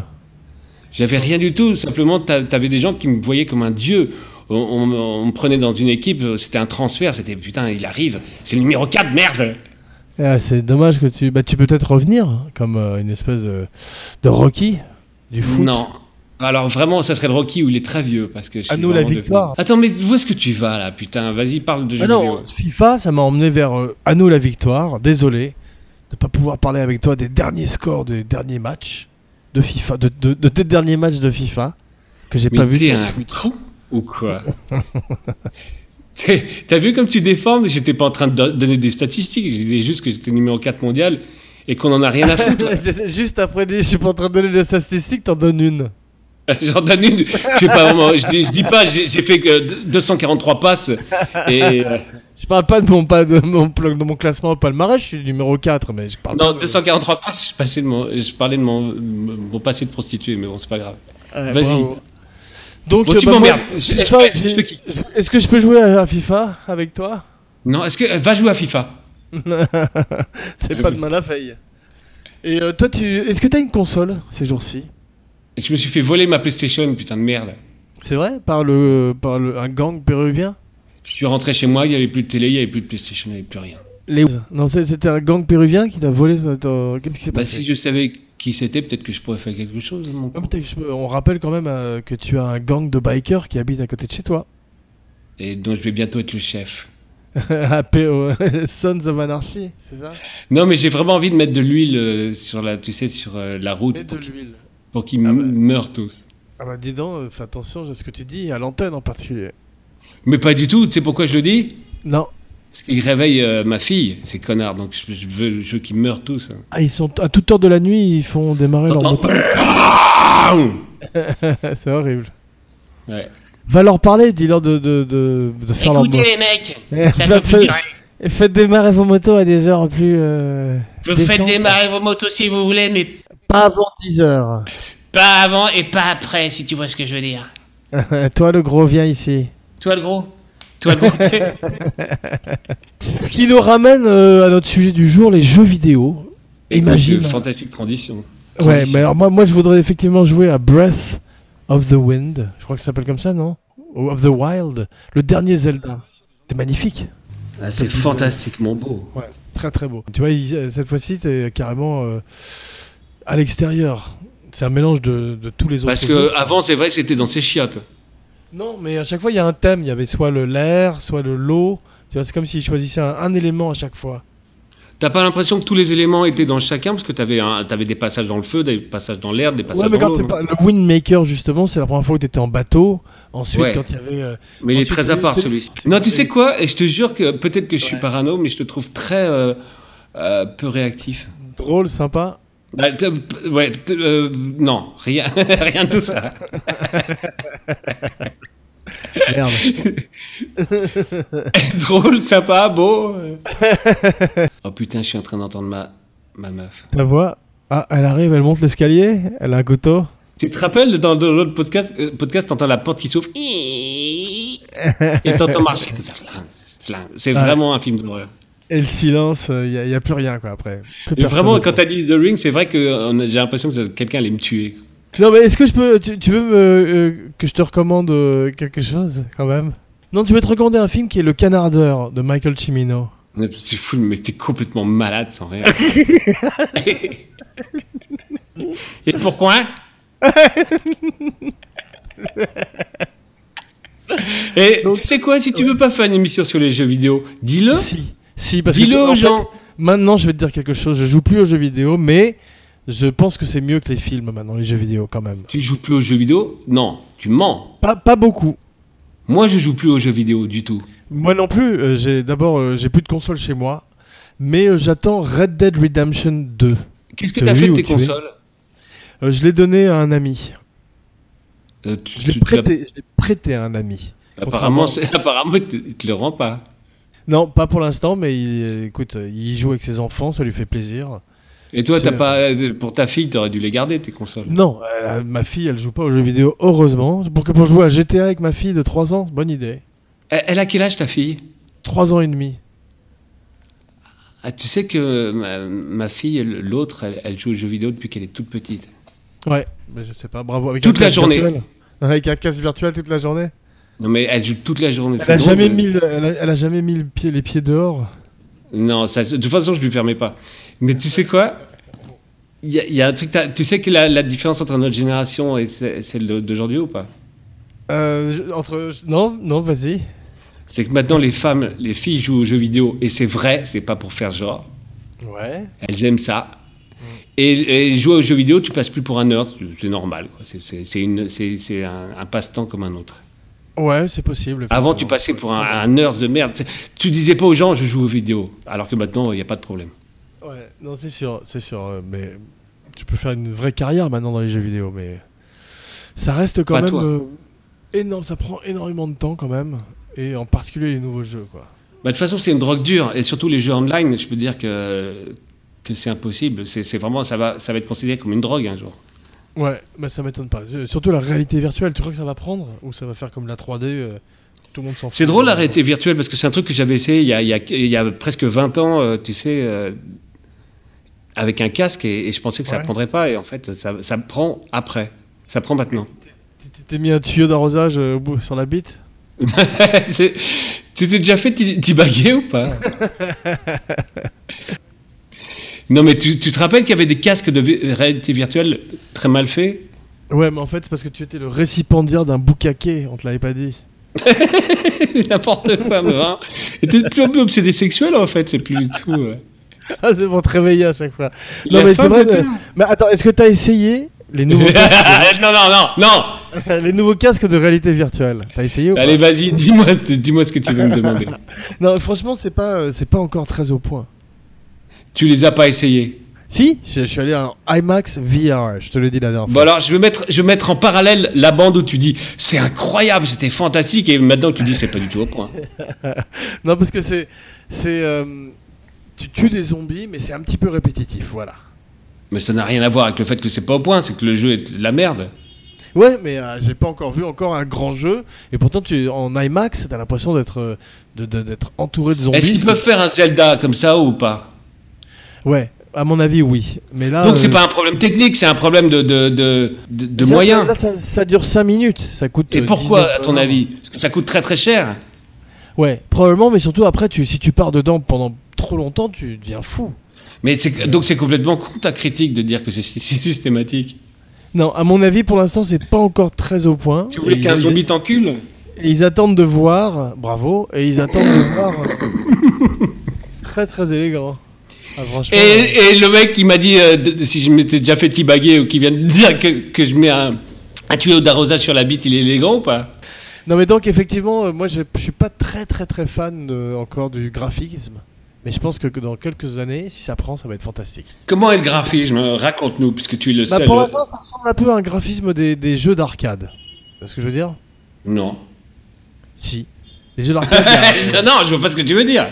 Speaker 1: J'avais rien du tout, simplement t'a- t'avais des gens qui me voyaient comme un dieu. On, on- on me prenait dans une équipe, euh, c'était un transfert, c'était putain, il arrive, c'est le numéro 4, merde
Speaker 2: Ah, c'est dommage que tu. Bah, tu peux peut-être revenir comme euh, une espèce de, de Rocky du foot.
Speaker 1: Non. Alors vraiment, ça serait le Rocky où il est très vieux parce que je suis
Speaker 2: À nous Ah la
Speaker 1: vraiment devenu-
Speaker 2: victoire.
Speaker 1: Attends, mais où est-ce que tu vas là, putain Vas-y, parle de jeux
Speaker 2: Ah non,
Speaker 1: vidéo.
Speaker 2: FIFA, ça m'a emmené vers euh, à nous la victoire. Désolé de ne pas pouvoir parler avec toi des derniers scores des derniers matchs de FIFA, de, de, de tes derniers matchs de FIFA que j'ai pas
Speaker 1: Mais
Speaker 2: vu.
Speaker 1: t'es
Speaker 2: sur
Speaker 1: un
Speaker 2: Twitch.
Speaker 1: con ou quoi [laughs] T'es- T'as vu comme tu déformes J'étais pas en train de don- donner des statistiques, je disais juste que j'étais numéro 4 mondial et qu'on en a rien à foutre.
Speaker 2: [laughs]
Speaker 1: [laughs]
Speaker 2: Juste après, dit, je suis pas en train de donner des statistiques, t'en donnes une.
Speaker 1: J'en donne une,
Speaker 2: [laughs]
Speaker 1: je sais pas vraiment, je dis, je dis pas, j'ai j'ai fait que 243 passes et euh,
Speaker 2: Je parle pas de mon, pas de mon, pl- de mon classement au palmarès, je suis numéro 4, mais je parle
Speaker 1: Non,
Speaker 2: pas de-
Speaker 1: 243 passes, je, passais de mon- je parlais de mon, mon passé de prostituée, mais bon, c'est pas grave.
Speaker 2: Ouais,
Speaker 1: Vas-y.
Speaker 2: bravo. Donc,
Speaker 1: Bon,
Speaker 2: euh,
Speaker 1: tu
Speaker 2: bah,
Speaker 1: m'emmerdes.
Speaker 2: moi,
Speaker 1: Je-
Speaker 2: FIFA,
Speaker 1: exprès,
Speaker 2: j'ai-
Speaker 1: je te quitte.
Speaker 2: Est-ce que je peux jouer à à FIFA avec toi [laughs]
Speaker 1: Non, est-ce que. euh, Va jouer à FIFA. Ah,
Speaker 2: C'est pas demain la veille. Et euh, toi, tu... est-ce que t'as une console ces jours-ci
Speaker 1: Je me suis fait voler ma PlayStation, putain de merde.
Speaker 2: C'est vrai Par, le, par le, un gang péruvien
Speaker 1: Je suis rentré chez moi, il n'y avait plus de télé, il n'y avait plus de PlayStation, il n'y avait plus rien.
Speaker 2: Les... Non, c'est- c'était un gang péruvien qui t'a volé. ça, ton- Qu'est-ce qui s'est
Speaker 1: Bah,
Speaker 2: passé
Speaker 1: si je savais qui c'était, peut-être que je pourrais faire quelque chose. hein, mon
Speaker 2: Ah,
Speaker 1: con.
Speaker 2: putain, je- On rappelle quand même euh, que tu as un gang de bikers qui habite à côté de chez [laughs] toi.
Speaker 1: Et donc, je vais bientôt être le chef.
Speaker 2: à PO, Ah, [laughs] Sons of Anarchy, c'est ça
Speaker 1: Non, mais j'ai vraiment envie de mettre de l'huile euh, sur la, tu sais, sur euh, la route pour qu'ils-
Speaker 2: l'huile.
Speaker 1: pour qu'ils
Speaker 2: Ah
Speaker 1: m-
Speaker 2: ouais.
Speaker 1: meurent tous.
Speaker 2: Ah bah dis donc, euh, fais attention à ce que tu dis, à l'antenne en particulier.
Speaker 1: Mais pas du tout, tu sais pourquoi je le dis
Speaker 2: Non.
Speaker 1: Parce qu'ils réveillent euh, ma fille, ces connards, donc je, je veux, je veux qu'ils meurent tous. hein.
Speaker 2: Ah, ils sont à toute heure de la nuit, ils font démarrer leur
Speaker 1: T'entends
Speaker 2: moteur.
Speaker 1: Bam
Speaker 2: Ah, c'est horrible.
Speaker 1: Ouais.
Speaker 2: Va leur parler, dis-leur de, de, de, de faire leur moto.
Speaker 3: Écoutez les mecs,
Speaker 2: [laughs] Eh,
Speaker 3: ça
Speaker 2: faites-
Speaker 3: peut plus durer.
Speaker 2: Faites démarrer vos motos à des heures plus. euh,
Speaker 3: Vous
Speaker 2: décentes.
Speaker 3: faites démarrer vos motos si vous voulez, mais
Speaker 2: Pas avant 10 heures.
Speaker 3: pas avant et pas après, si tu vois ce que je veux dire.
Speaker 2: [laughs] Toi, le gros, viens ici.
Speaker 3: Toi le gros Toi le gros tu sais.
Speaker 2: Ce qui nous ramène euh, à notre sujet du jour, les jeux vidéo.
Speaker 1: Écoute,
Speaker 2: Imagine.
Speaker 1: euh, fantastique transition.
Speaker 2: Ouais,
Speaker 1: Transition.
Speaker 2: mais alors moi, moi, je voudrais effectivement jouer à Breath of the Wind. Je crois que ça s'appelle comme ça, non Ou Of the Wild. Le dernier Zelda. C'est magnifique.
Speaker 1: Ah, c'est fantastiquement beau.
Speaker 2: Très, très beau. Tu vois, il- euh, cette fois-ci, t'es carrément euh, à l'extérieur. C'est un mélange de, de tous les autres.
Speaker 1: Parce
Speaker 2: jeux.
Speaker 1: que avant, c'est vrai que c'était dans ses chiottes.
Speaker 2: Non, mais à chaque fois, il y a un thème. Il y avait soit le l'air, soit le l'eau. Tu vois, c'est comme s'ils choisissaient un, un élément à chaque fois.
Speaker 1: T'as pas l'impression que tous les éléments étaient dans chacun parce que t'avais un- t'avais des passages dans le feu, des passages dans l'air, des passages
Speaker 2: ouais, mais
Speaker 1: dans
Speaker 2: quand
Speaker 1: l'eau.
Speaker 2: t'es
Speaker 1: non
Speaker 2: pas- le Windmaker, justement, c'est la première fois que t'étais en bateau. Ensuite,
Speaker 1: Ouais.
Speaker 2: quand il y avait. euh,
Speaker 1: Mais il est
Speaker 2: Ensuite,
Speaker 1: très à
Speaker 2: c'est-
Speaker 1: part
Speaker 2: c'est-
Speaker 1: celui-ci. Non, tu sais quoi Et je te jure que peut-être que je suis parano, mais je te trouve très euh, euh, peu réactif.
Speaker 2: drôle, sympa.
Speaker 1: Bah, t'es- p- ouais, t'es- euh, non, rien, [laughs] rien de tout
Speaker 2: [laughs]
Speaker 1: ça.
Speaker 2: Merde.
Speaker 1: Drôle, sympa, beau. oh putain, je suis en train d'entendre ma ma meuf.
Speaker 2: Ta voix. Ah, elle arrive, elle monte l'escalier, elle a un couteau.
Speaker 1: Tu te rappelles dans dans l'autre podcast, euh, podcast, t'entends la porte qui s'ouvre et t'entends
Speaker 2: [laughs]
Speaker 1: marcher. comme ça. C'est
Speaker 2: Ouais.
Speaker 1: vraiment un film d'horreur.
Speaker 2: Et le silence, il n'y a, plus rien quoi après. Plus
Speaker 1: Et
Speaker 2: personne
Speaker 1: vraiment,
Speaker 2: ne
Speaker 1: quand t'as dit The Ring, c'est vrai que euh, j'ai l'impression que quelqu'un allait me tuer.
Speaker 2: Non mais est-ce que je peux, tu, tu veux me- euh, que je te recommande euh, quelque chose quand même Non, tu veux te recommander un film qui est Le Canardeur de Michael Cimino.
Speaker 1: Mais C'est fou, mais t'es complètement malade sans
Speaker 2: [laughs]
Speaker 1: rien. Et
Speaker 2: [laughs]
Speaker 1: pourquoi Et
Speaker 2: Donc-
Speaker 1: tu sais quoi, si tu veux pas faire une émission sur les jeux vidéo, dis-le.
Speaker 2: Si, si parce que
Speaker 1: Hein Dis-le
Speaker 2: en
Speaker 1: aux
Speaker 2: fait,
Speaker 1: gens.
Speaker 2: maintenant, je vais te dire quelque chose. Je joue plus aux jeux vidéo, mais je pense que c'est mieux que les films maintenant, les jeux vidéo quand même.
Speaker 1: Tu joues plus aux jeux vidéo Non, tu mens.
Speaker 2: Pas, pas beaucoup.
Speaker 1: Moi, je joue plus aux jeux vidéo du tout.
Speaker 2: Moi non plus. euh, j'ai d'abord, euh, j'ai plus de console chez moi, mais euh, j'attends Red Dead Redemption 2.
Speaker 1: Qu'est-ce que
Speaker 2: Que
Speaker 1: t'as
Speaker 2: oui
Speaker 1: fait
Speaker 2: ou
Speaker 1: de tes
Speaker 2: tu es.
Speaker 1: consoles
Speaker 2: Euh, je l'ai donné à un ami.
Speaker 1: Euh, tu-
Speaker 2: Je l'ai
Speaker 1: tu te la-
Speaker 2: prêté, je l'ai prêté à un ami.
Speaker 1: Apparemment, c'est- apparemment, il te le rend pas.
Speaker 2: Non, pas pour l'instant, mais il, euh, écoute, euh, il joue avec ses enfants, ça lui fait plaisir.
Speaker 1: Et toi, t'as
Speaker 2: C'est-
Speaker 1: pas euh, pour ta fille, t'aurais dû les garder tes consoles.
Speaker 2: Non, euh, ma fille, elle joue pas aux jeux vidéo, heureusement. Pour, que- pour jouer à GTA avec ma fille de 3 ans, bonne idée.
Speaker 1: Elle elle a quel âge ta fille
Speaker 2: 3 ans et demi.
Speaker 1: Ah, tu sais que ma, ma fille, l- l'autre, elle, elle joue aux jeux vidéo depuis qu'elle est toute petite.
Speaker 2: Ouais, mais je sais pas, bravo. Avec
Speaker 1: Toute
Speaker 2: un
Speaker 1: la
Speaker 2: casque
Speaker 1: journée.
Speaker 2: virtuel. Avec un casque virtuel toute la journée.
Speaker 1: Non, mais elle joue toute la journée.
Speaker 2: Elle
Speaker 1: c'est
Speaker 2: a,
Speaker 1: drôle,
Speaker 2: jamais
Speaker 1: mais-
Speaker 2: mis le- elle, a, elle a jamais mis le pied, les pieds dehors.
Speaker 1: Non, ça- de toute façon, je lui permets pas. Mais tu sais quoi Il y, a- il y a un truc. t'as- Tu sais que la, la différence entre notre génération et ce- celle de- d'aujourd'hui ou pas
Speaker 2: Euh, je- entre, non, non, vas-y.
Speaker 1: C'est que maintenant, les femmes, les filles jouent aux jeux vidéo. Et c'est vrai, c'est pas pour faire genre.
Speaker 2: Ouais.
Speaker 1: Elles aiment ça. Et, et jouer aux jeux vidéo, tu passes plus pour un nerd. c'est- C'est normal. quoi. C'est- C'est c'est une- c'est- c'est un- un passe-temps comme un autre.
Speaker 2: Ouais, c'est possible.
Speaker 1: Avant,
Speaker 2: effectivement.
Speaker 1: tu passais pour un, un nurse de merde. C'est- Tu disais pas aux gens, je joue aux vidéos. Alors que maintenant, il n'y a pas de problème.
Speaker 2: Ouais, non, c'est sûr, c'est sûr. euh, Mais tu peux faire une vraie carrière maintenant dans les jeux vidéo, mais ça reste quand
Speaker 1: Pas
Speaker 2: même
Speaker 1: toi.
Speaker 2: euh, énorme. Ça prend énormément de temps quand même, et en particulier les nouveaux jeux, quoi.
Speaker 1: Bah, de toute façon, c'est une drogue dure. Et surtout, les jeux online, je peux te dire que, que c'est impossible. C'est c'est vraiment, ça va, ça va être considéré comme une drogue un jour.
Speaker 2: Ouais, mais ça m'étonne pas. Euh, Surtout la réalité virtuelle, tu crois que ça va prendre Ou ça va faire comme la 3D euh, Tout le monde s'en fout. euh,
Speaker 1: C'est drôle la réalité virtuelle parce que c'est un truc que j'avais essayé il y, a, il, y a, il y a presque 20 ans, euh, tu sais, euh, avec un casque et, et je pensais que ça
Speaker 2: Ouais.
Speaker 1: prendrait pas et en fait ça, ça prend après. Ça prend maintenant. [laughs]
Speaker 2: Tu t'es- T'es mis un tuyau d'arrosage euh, au bout- sur la bite
Speaker 1: C'est- tu t'es déjà fait t'y t'y baguer ou pas Non mais tu, tu te rappelles qu'il y avait des casques de vi- réalité virtuelle très mal faits [laughs]
Speaker 2: Ouais, mais en fait, c'est parce que tu étais le récipiendaire d'un boucaquet, on te l'avait pas dit.
Speaker 1: N'importe quoi, mais vraiment. Et t'es de plus en plus obsédé sexuel en fait, c'est plus du tout. euh.
Speaker 2: [laughs] Ah, c'est pour te réveiller à chaque fois.
Speaker 1: Il
Speaker 2: Non,
Speaker 1: a
Speaker 2: mais
Speaker 1: faim,
Speaker 2: c'est vrai.
Speaker 1: papa
Speaker 2: Mais, mais attends, est-ce que t'as essayé les nouveaux, [laughs]
Speaker 1: [laughs] non, non, non, non
Speaker 2: les nouveaux casques de réalité virtuelle T'as essayé ou pas
Speaker 1: Allez, vas-y, dis-moi dis ce que tu veux me demander.
Speaker 2: Non, franchement, c'est pas, euh, c'est pas encore très au point.
Speaker 1: Tu les as pas essayés.
Speaker 2: Si, je, je suis allé en IMAX VR, je te le dis la dernière
Speaker 1: Bon
Speaker 2: fois.
Speaker 1: alors, je vais mettre, je vais mettre en parallèle la bande où tu dis c'est incroyable, c'était fantastique, et maintenant tu dis c'est pas du tout au point.
Speaker 2: Non, parce que c'est. c'est euh, tu tues des zombies, mais c'est un petit peu répétitif, voilà.
Speaker 1: Mais ça n'a rien à voir avec le fait que c'est pas au point, c'est que le jeu est de la merde.
Speaker 2: Ouais, mais euh, j'ai pas encore vu encore un grand jeu. Et pourtant, tu en IMAX, t'as l'impression d'être euh, de- de- d'être entouré de zombies.
Speaker 1: Est-ce qu'ils peuvent faire un Zelda comme ça ou pas
Speaker 2: Ouais, à mon avis, oui. Mais là.
Speaker 1: Donc c'est
Speaker 2: euh,
Speaker 1: pas un problème technique, c'est un problème de, de, de, de- de
Speaker 2: ça,
Speaker 1: moyens.
Speaker 2: Là, ça, ça dure 5 minutes. Ça coûte.
Speaker 1: Et
Speaker 2: euh,
Speaker 1: pourquoi,
Speaker 2: 19
Speaker 1: à ton
Speaker 2: dollars.
Speaker 1: avis Parce que ça coûte très très cher.
Speaker 2: Ouais, probablement, mais surtout après, tu, si tu pars dedans pendant trop longtemps, tu deviens fou.
Speaker 1: Mais c'est- donc c'est complètement con ta critique de dire que c'est [laughs] sy- systématique.
Speaker 2: Non, à mon avis, pour l'instant, c'est pas encore très au point.
Speaker 1: Tu voulais
Speaker 2: Et
Speaker 1: qu'un
Speaker 2: ils-
Speaker 1: zombie t'encule
Speaker 2: et ils attendent de voir, bravo, et ils attendent de voir. euh, [laughs] très très élégant. Ah, franchement, euh,
Speaker 1: Et, et le mec qui m'a dit euh, de- de- si je m'étais déjà fait tibaguer ou qui vient de dire que, que je mets un, un tuyau d'arrosage sur la bite, il est élégant ou pas
Speaker 2: Non, mais donc, effectivement, euh, moi je je suis pas très très très fan de- encore du graphisme. Mais je pense que que dans quelques années, si ça prend, ça va être fantastique.
Speaker 1: Comment est le graphisme Raconte-nous, puisque tu es le
Speaker 2: Bah,
Speaker 1: seul.
Speaker 2: pour l'instant, ça ressemble un peu à un graphisme des, des jeux d'arcade. Tu vois ce que je veux dire
Speaker 1: Non. [laughs]
Speaker 2: Si. Les jeux d'arcade. il y a-
Speaker 1: non, je vois pas ce que tu veux dire.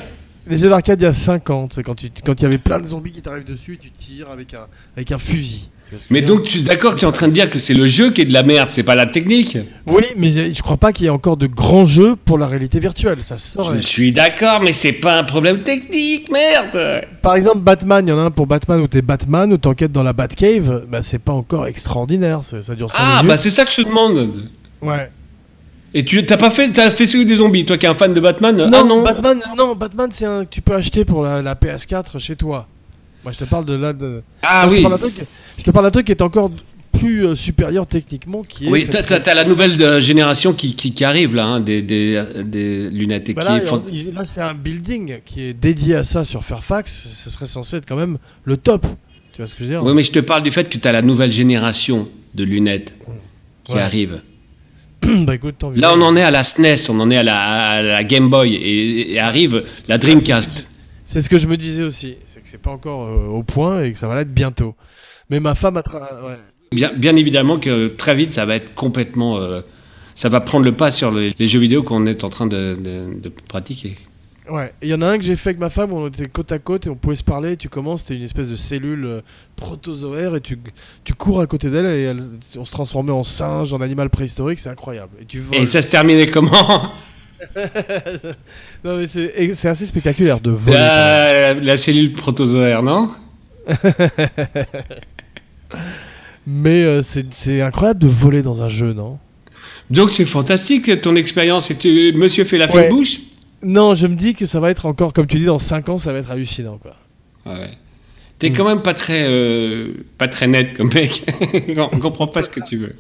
Speaker 2: Les jeux d'arcade il y a 50, quand tu- quand il y avait plein de zombies qui t'arrivent dessus et tu tires avec un, avec un fusil. Tu vois ce que
Speaker 1: Mais
Speaker 2: je veux
Speaker 1: donc, tu es d'accord que tu es en train de dire que c'est le jeu qui est de la merde, c'est pas la technique
Speaker 2: dire Oui, mais je je crois pas qu'il y ait encore de grands jeux pour la réalité virtuelle. Ça sort.
Speaker 1: Je suis d'accord, mais c'est pas un problème technique, merde
Speaker 2: Par exemple, Batman, il y en a un pour Batman où t'es Batman, où t'enquêtes dans la Batcave. Bah, c'est pas encore extraordinaire. Ça, ça dure 5
Speaker 1: Ah, bah
Speaker 2: minutes.
Speaker 1: c'est ça que je te demande
Speaker 2: ouais.
Speaker 1: et tu t'as pas fait t'as fait celui des zombies toi qui es un fan de Batman
Speaker 2: Non,
Speaker 1: ah non
Speaker 2: Batman, non, Batman, c'est un que tu peux acheter pour la, la PS4 chez toi. Moi, je te parle de là. de-
Speaker 1: ah
Speaker 2: Je te
Speaker 1: oui
Speaker 2: parle d'un truc- je te parle d'un truc qui est encore plus euh, supérieur techniquement. Qui est
Speaker 1: Oui,
Speaker 2: cette-
Speaker 1: t'as- t'as t'as la nouvelle euh, génération qui, qui, qui arrive là, hein, des, des, des lunettes et
Speaker 2: Bah
Speaker 1: qui
Speaker 2: là,
Speaker 1: est fan-
Speaker 2: il- il- là, c'est un building qui est dédié à ça sur Fairfax. Ce serait censé être quand même le top. Tu vois ce que je veux dire
Speaker 1: Oui, mais je te parle du fait que t'as la nouvelle génération de lunettes qui
Speaker 2: Ouais.
Speaker 1: arrive.
Speaker 2: [clears throat] Bah écoute, tant mieux.
Speaker 1: Là, on en est à la SNES, on en est à la, à la Game Boy et, et arrive la Dreamcast.
Speaker 2: C'est ce que je me disais aussi. C'est que c'est pas encore euh, au point et que ça va l'être bientôt. Mais ma femme a. tra- ouais.
Speaker 1: Bien, bien évidemment que très vite, ça va être complètement. euh, ça va prendre le pas sur les, les jeux vidéo qu'on est en train de, de- de pratiquer.
Speaker 2: Ouais. Et Il y en a un que j'ai fait avec ma femme. On était côte à côte et on pouvait se parler. Tu commences, t'es une espèce de cellule euh, protozoaire et tu, tu cours à côté d'elle et elle- on se transformait en singe, en animal préhistorique. C'est incroyable. Et tu voles.
Speaker 1: Et ça se terminait comment
Speaker 2: Non, mais c'est et c'est assez spectaculaire
Speaker 1: Bah,
Speaker 2: de voler.
Speaker 1: la, la cellule protozoaire, non
Speaker 2: Mais euh, c'est c'est incroyable de voler dans un jeu, non
Speaker 1: Donc c'est fantastique ton expérience. Et tu- Monsieur fait la fine
Speaker 2: Ouais.
Speaker 1: bouche
Speaker 2: Non, je me dis que ça va être encore, comme tu dis, dans 5 ans, ça va être hallucinant. Quoi.
Speaker 1: Ah Ouais. T'es quand même pas très, euh, pas très net comme mec. [laughs] On comprend pas ce que tu veux.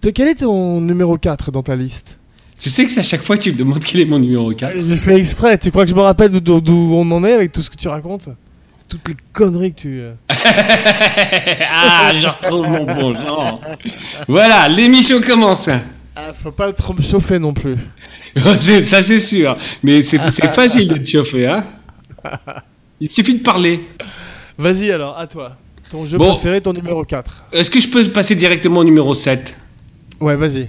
Speaker 2: Te- quel est ton numéro 4 dans ta liste
Speaker 1: Tu sais que à chaque fois tu me demandes quel est mon numéro 4.
Speaker 2: Je fais exprès, tu crois que je me rappelle d'où- d'où d'où on en est avec tout ce que tu racontes Toutes les conneries que tu... euh,
Speaker 1: [laughs] ah, je retrouve mon bon genre. Voilà, l'émission commence. [laughs] Oh,
Speaker 2: Ah, faut pas trop me chauffer non plus.
Speaker 1: C'est- Ça c'est sûr. Mais c'est c'est facile de te chauffer. Hein Il suffit de parler.
Speaker 2: Vas-y alors, à toi. Ton jeu
Speaker 1: Bon.
Speaker 2: préféré, ton numéro 4.
Speaker 1: Est-ce que je peux passer directement au numéro 7
Speaker 2: Ouais, vas-y.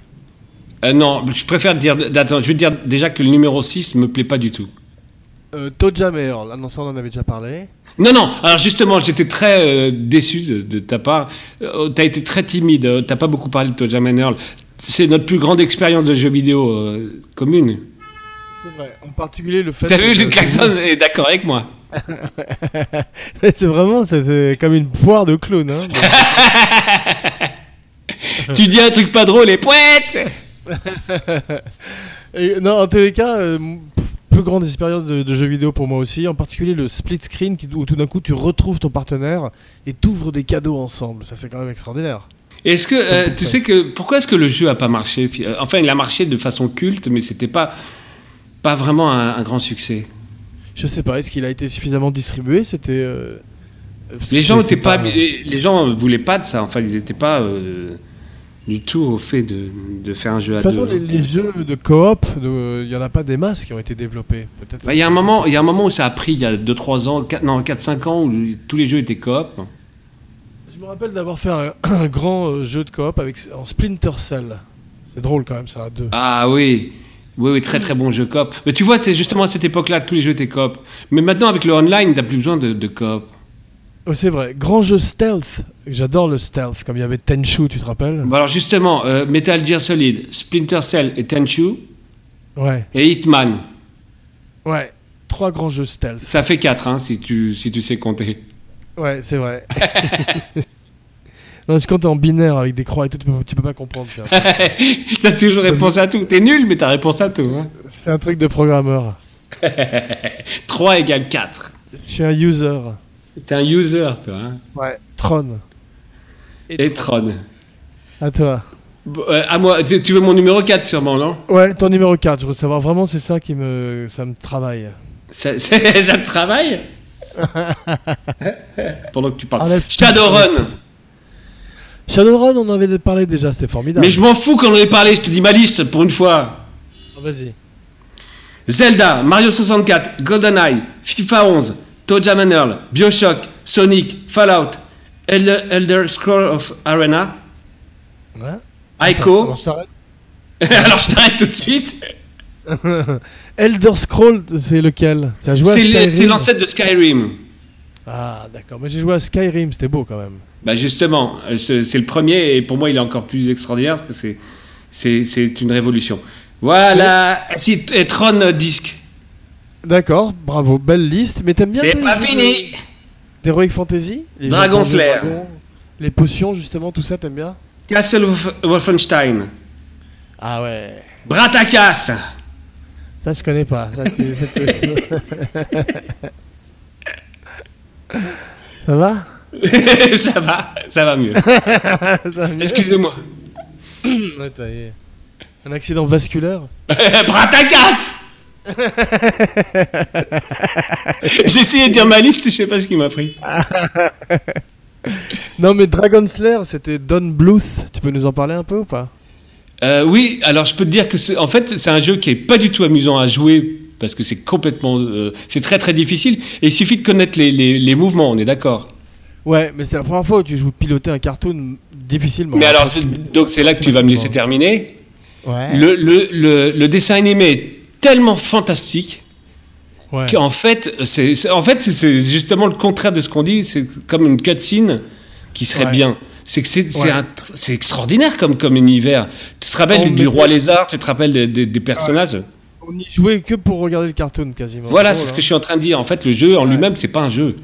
Speaker 1: Euh, non, je préfère dire. Attends, je vais dire déjà que le numéro 6 me plaît pas du tout.
Speaker 2: Euh, Toja Meehl, ah non, ça on en avait déjà parlé.
Speaker 1: Non, non, alors justement, j'étais très euh, déçu de, de ta part. Euh, t'as été très timide, euh, t'as pas beaucoup parlé de Toja Earl. C'est notre plus grande expérience de jeux vidéo euh, commune.
Speaker 2: C'est vrai, en particulier le fait.
Speaker 1: T'as
Speaker 2: que-
Speaker 1: vu, Luc
Speaker 2: [laughs]
Speaker 1: Jackson est d'accord avec moi.
Speaker 4: Mais c'est vraiment, ça, c'est comme une poire de clown. Hein.
Speaker 1: [laughs] tu dis un truc pas drôle et poète
Speaker 2: Et, non, en tous les cas, euh, pff, plus grande expérience de, de jeux vidéo pour moi aussi, en particulier le split screen qui- où tout d'un coup tu retrouves ton partenaire et t'ouvres des cadeaux ensemble. Ça, c'est quand même extraordinaire.
Speaker 1: Et Est-ce que euh, tu sais que pourquoi est-ce que le jeu a pas marché fi- euh, Enfin, il a marché de façon culte, mais c'était pas pas vraiment un, un grand succès.
Speaker 2: Je sais pas, est-ce qu'il a été suffisamment distribué C'était. euh, parce
Speaker 1: Les
Speaker 2: que
Speaker 1: gens
Speaker 2: c'est
Speaker 1: étaient pas, les, les gens voulaient pas de ça. Enfin, ils étaient pas euh, du tout au fait de, de faire un jeu à
Speaker 2: De toute façon,
Speaker 1: deux.
Speaker 2: les, les jeux de coop, de- il y en a pas des masses qui ont été développés. Peut-être.
Speaker 1: Bah, Il y a un moment, il y a un moment où ça a pris, il y a 2-3 ans, 4, non 4-5 ans où tous les jeux étaient coop.
Speaker 2: Je me rappelle d'avoir fait un, [clears throat] un grand euh, jeu de coop avec en Splinter Cell. C'est drôle quand même ça à deux.
Speaker 1: Ah oui, oui, oui, très très bon jeu coop. Mais tu vois, c'est justement à cette époque-là que tous les jeux étaient coop. Mais maintenant avec le online, t'as plus besoin de, de coop.
Speaker 2: Oh, c'est vrai. Grand jeu stealth. J'adore le stealth. Comme il y avait Tenchu, tu te rappelles
Speaker 1: Bon, alors justement, euh, Metal Gear Solid, Splinter Cell et Tenchu
Speaker 2: Ouais.
Speaker 1: et Hitman,
Speaker 2: Ouais. Trois grands jeux stealth.
Speaker 1: ça fait 4 hein, si tu si tu sais compter. [laughs]
Speaker 2: Ouais, c'est vrai. [laughs] non, parce que quand t'es en binaire avec des croix et tout, tu peux, tu peux pas comprendre. [laughs] c'est un-
Speaker 1: t'as toujours réponse à tout. T'es nul, mais t'as réponse à tout. Hein.
Speaker 2: C'est un truc de programmeur.
Speaker 1: 3 égale 4.
Speaker 2: Je suis un user.
Speaker 1: T'es un user, toi. hein.
Speaker 2: Ouais. Tron.
Speaker 1: Et Tron.
Speaker 2: À toi.
Speaker 1: Bon, euh, à moi, tu tu veux mon numéro 4 sûrement, non
Speaker 2: Ouais, ton numéro 4. Je veux savoir vraiment, c'est ça qui me, ça me travaille.
Speaker 1: Ça, [laughs] ça- ça te travaille Pendant que Ah, tu parles.
Speaker 2: Enlève-
Speaker 1: Shadowrun
Speaker 2: Shadowrun, on en avait parlé déjà, c'était formidable.
Speaker 1: Mais je m'en fous quand on en est parlé, je te dis ma liste pour une fois.
Speaker 2: Ah, Vas-y.
Speaker 1: Zelda, Mario 64, GoldenEye, FIFA 11, Toja Earl, Bioshock, Sonic, Fallout, Elder, Elder Scroll of Arena,
Speaker 2: Hein
Speaker 1: Ico. [laughs]
Speaker 2: Alors, je t'arrête.
Speaker 1: Alors je t'arrête tout de suite.
Speaker 2: Elder Scroll, c'est lequel T'as joué à
Speaker 1: C'est le- c'est
Speaker 2: Skyrim
Speaker 1: l'ancêtre de Skyrim.
Speaker 2: Ah, d'accord. Mais j'ai joué à Skyrim, c'était beau quand même.
Speaker 1: Bah justement, euh, c'est c'est le premier et pour moi il est encore plus extraordinaire parce que c'est c'est c'est une révolution. Voilà, si et Tron euh, disque.
Speaker 2: D'accord, bravo, belle liste. Mais t'aimes bien
Speaker 1: C'est
Speaker 2: les
Speaker 1: pas
Speaker 2: jeux
Speaker 1: fini.
Speaker 2: D'Heroic Fantasy les jeux
Speaker 1: Dragon
Speaker 2: de
Speaker 1: Slayer.
Speaker 2: dragons, Les potions, justement, tout ça, t'aimes bien
Speaker 1: Castle Wolf- Wolfenstein,
Speaker 2: Ah ouais.
Speaker 1: Bratakas,
Speaker 2: Ça, je connais pas. Ça, tu- c'est- Ça va
Speaker 1: [laughs] ça va, ça va [laughs] mieux. Excusez-moi. [laughs]
Speaker 2: Ouais, t'as eu Un accident vasculaire
Speaker 1: [laughs] Bratakas. J'ai essayé de dire ma liste, je sais pas ce qui m'a pris.
Speaker 2: Non mais Dragon Slayer, c'était Don Bluth. Tu peux nous en parler un peu ou pas
Speaker 1: Euh, oui, alors je peux te dire que c'est, en fait c'est un jeu qui est pas du tout amusant à jouer parce que c'est complètement, euh, c'est très très difficile et il suffit de connaître les, les, les mouvements, on est d'accord.
Speaker 2: Ouais, mais c'est la première fois où tu joues piloter un cartoon difficilement.
Speaker 1: Mais alors je- donc c'est là que tu vas me laisser terminer.
Speaker 4: Ouais.
Speaker 1: Le, le, le, le dessin animé est tellement fantastique
Speaker 2: Ouais.
Speaker 1: qu'en fait c'est, c'est- en fait c'est, c'est justement le contraire de ce qu'on dit, c'est comme une cutscene qui serait
Speaker 2: Ouais.
Speaker 1: bien. C'est que c'est, c'est,
Speaker 2: Ouais.
Speaker 1: un tr- c'est extraordinaire comme comme univers. Tu te rappelles
Speaker 2: Oh,
Speaker 1: du- du
Speaker 2: mais-
Speaker 1: roi lézard, tu te rappelles des, des, des personnages.
Speaker 2: On y jouait que pour regarder le cartoon quasiment.
Speaker 1: Voilà,
Speaker 2: drôle,
Speaker 1: c'est ce que
Speaker 2: hein.
Speaker 1: je suis en train de dire. En fait, le jeu en
Speaker 2: Ouais.
Speaker 1: lui-même, c'est pas un jeu.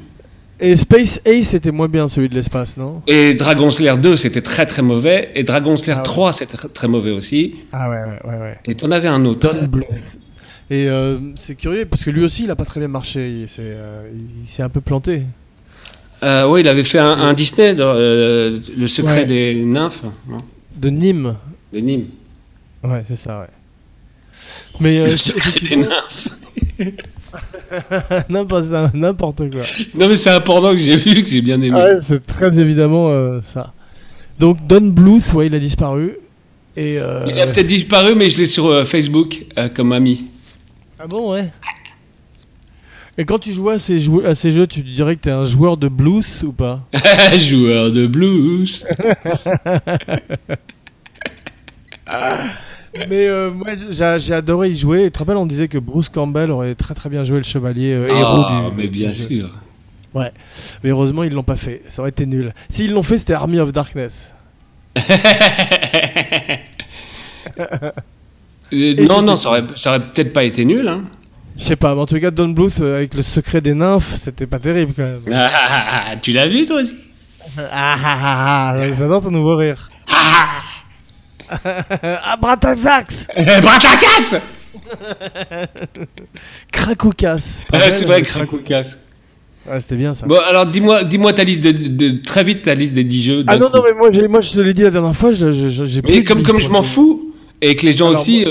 Speaker 2: Et Space Ace c'était moins bien celui de l'espace, non
Speaker 1: Et Dragon Slayer 2, c'était très très mauvais. Et Dragon Slayer
Speaker 2: Ah ouais.
Speaker 1: 3, c'était très, très mauvais aussi.
Speaker 2: Ah ouais, ouais, ouais. ouais.
Speaker 1: Et t'en avais un autre.
Speaker 2: Et euh, c'est curieux parce que lui aussi il a pas très bien marché. Il s'est, euh, il s'est un peu planté.
Speaker 1: Euh, oui, il avait fait un, un Disney, dans, euh, Le secret
Speaker 2: Ouais.
Speaker 1: des nymphes, non
Speaker 2: De Nîmes.
Speaker 1: De Nîmes.
Speaker 2: Ouais, c'est ça, ouais.
Speaker 1: [laughs]
Speaker 2: Mais euh,
Speaker 1: Le secret des nymphes.
Speaker 2: n'importe n'importe quoi.
Speaker 1: Non, mais c'est un porno que j'ai vu, que j'ai bien aimé.
Speaker 2: Ah Ouais, c'est très évidemment euh, ça. Donc Don Bluth, ouais, il a disparu. Et euh,
Speaker 1: Il a peut-être disparu, mais je l'ai sur euh, Facebook euh, comme ami. [laughs]
Speaker 2: ah bon ouais. Et quand tu jouais à ces, jou- à ces jeux, tu dirais que t'es un joueur de blues ou pas
Speaker 1: Joueur de blues.
Speaker 2: Mais euh, moi, j'a- j'ai adoré y jouer. Et tu te rappelles, on disait que Bruce Campbell aurait très très bien joué le chevalier euh, héros
Speaker 1: Ah,
Speaker 2: du.
Speaker 1: mais
Speaker 2: du
Speaker 1: bien
Speaker 2: jeu.
Speaker 1: sûr.
Speaker 2: Mais heureusement, ils l'ont pas fait. Ça aurait été nul. S'ils l'ont fait, c'était Army of Darkness.
Speaker 1: Euh, non, non, ça aurait, ça aurait peut-être pas été nul. Hein.
Speaker 2: Je sais pas, mais en tout cas, Don Bluth euh, avec le secret des nymphes, c'était pas terrible quand même.
Speaker 1: Ah, ah, ah, ah, [laughs] tu l'as vu toi aussi
Speaker 2: Ah, ah, ah, ah,
Speaker 4: J'adore ton nouveau rire.
Speaker 2: [laughs] ah Bratazax
Speaker 1: Bracacas
Speaker 2: Cracoucas
Speaker 1: Ah, C'est
Speaker 2: hein,
Speaker 1: vrai, Bah, Cracoucas.
Speaker 2: Ouais, c'était bien ça.
Speaker 1: Bon, alors dis-moi dis-moi ta liste de, de- Très vite ta liste des 10 jeux. d'un
Speaker 2: ah non,
Speaker 1: coup.
Speaker 2: non, mais moi, j'ai- moi je te l'ai dit la dernière fois, je- je- je- j'ai
Speaker 1: bah, Mais
Speaker 2: plus de
Speaker 1: comme,
Speaker 2: liste,
Speaker 1: comme je
Speaker 2: moi,
Speaker 1: m'en fous, et que les gens
Speaker 2: Alors,
Speaker 1: aussi, euh,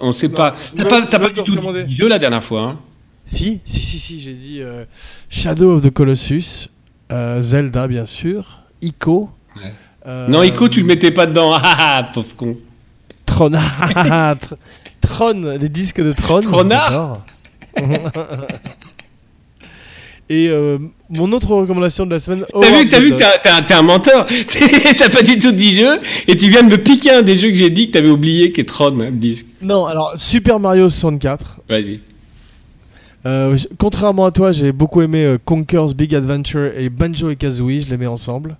Speaker 1: on sait pas. T'as
Speaker 4: veux-
Speaker 1: pas, t'as
Speaker 4: je
Speaker 1: pas
Speaker 4: veux
Speaker 1: du
Speaker 4: te
Speaker 1: tout
Speaker 4: recommander.
Speaker 1: dit jeu la dernière fois. Hein.
Speaker 2: Si, si, si, si, j'ai dit euh, Shadow of the Colossus, euh, Zelda bien sûr, Ico.
Speaker 1: Ouais.
Speaker 2: euh,
Speaker 1: Non, Ico, tu le mettais pas dedans. [laughs] Ah ah, pauvre con.
Speaker 2: Tron, ah, [laughs] Tr- Tron, les disques de Tron.
Speaker 1: Tronard
Speaker 2: j'adore. [laughs] Et euh, mon autre recommandation de la semaine.
Speaker 1: T'as vu,
Speaker 2: Howard
Speaker 1: t'as vu
Speaker 2: the
Speaker 1: que t'as- t'as- t'es un menteur. [laughs] t'as pas du tout dit jeu, et tu viens de me piquer un des jeux que j'ai dit que t'avais oublié, qui est Tron, hein, le disque.
Speaker 2: Dog. Non, alors Super Mario 64.
Speaker 1: Vas-y.
Speaker 2: Euh, j- contrairement à toi, j'ai beaucoup aimé euh, Conker's Big Adventure et Banjo et Kazooie, je les mets ensemble.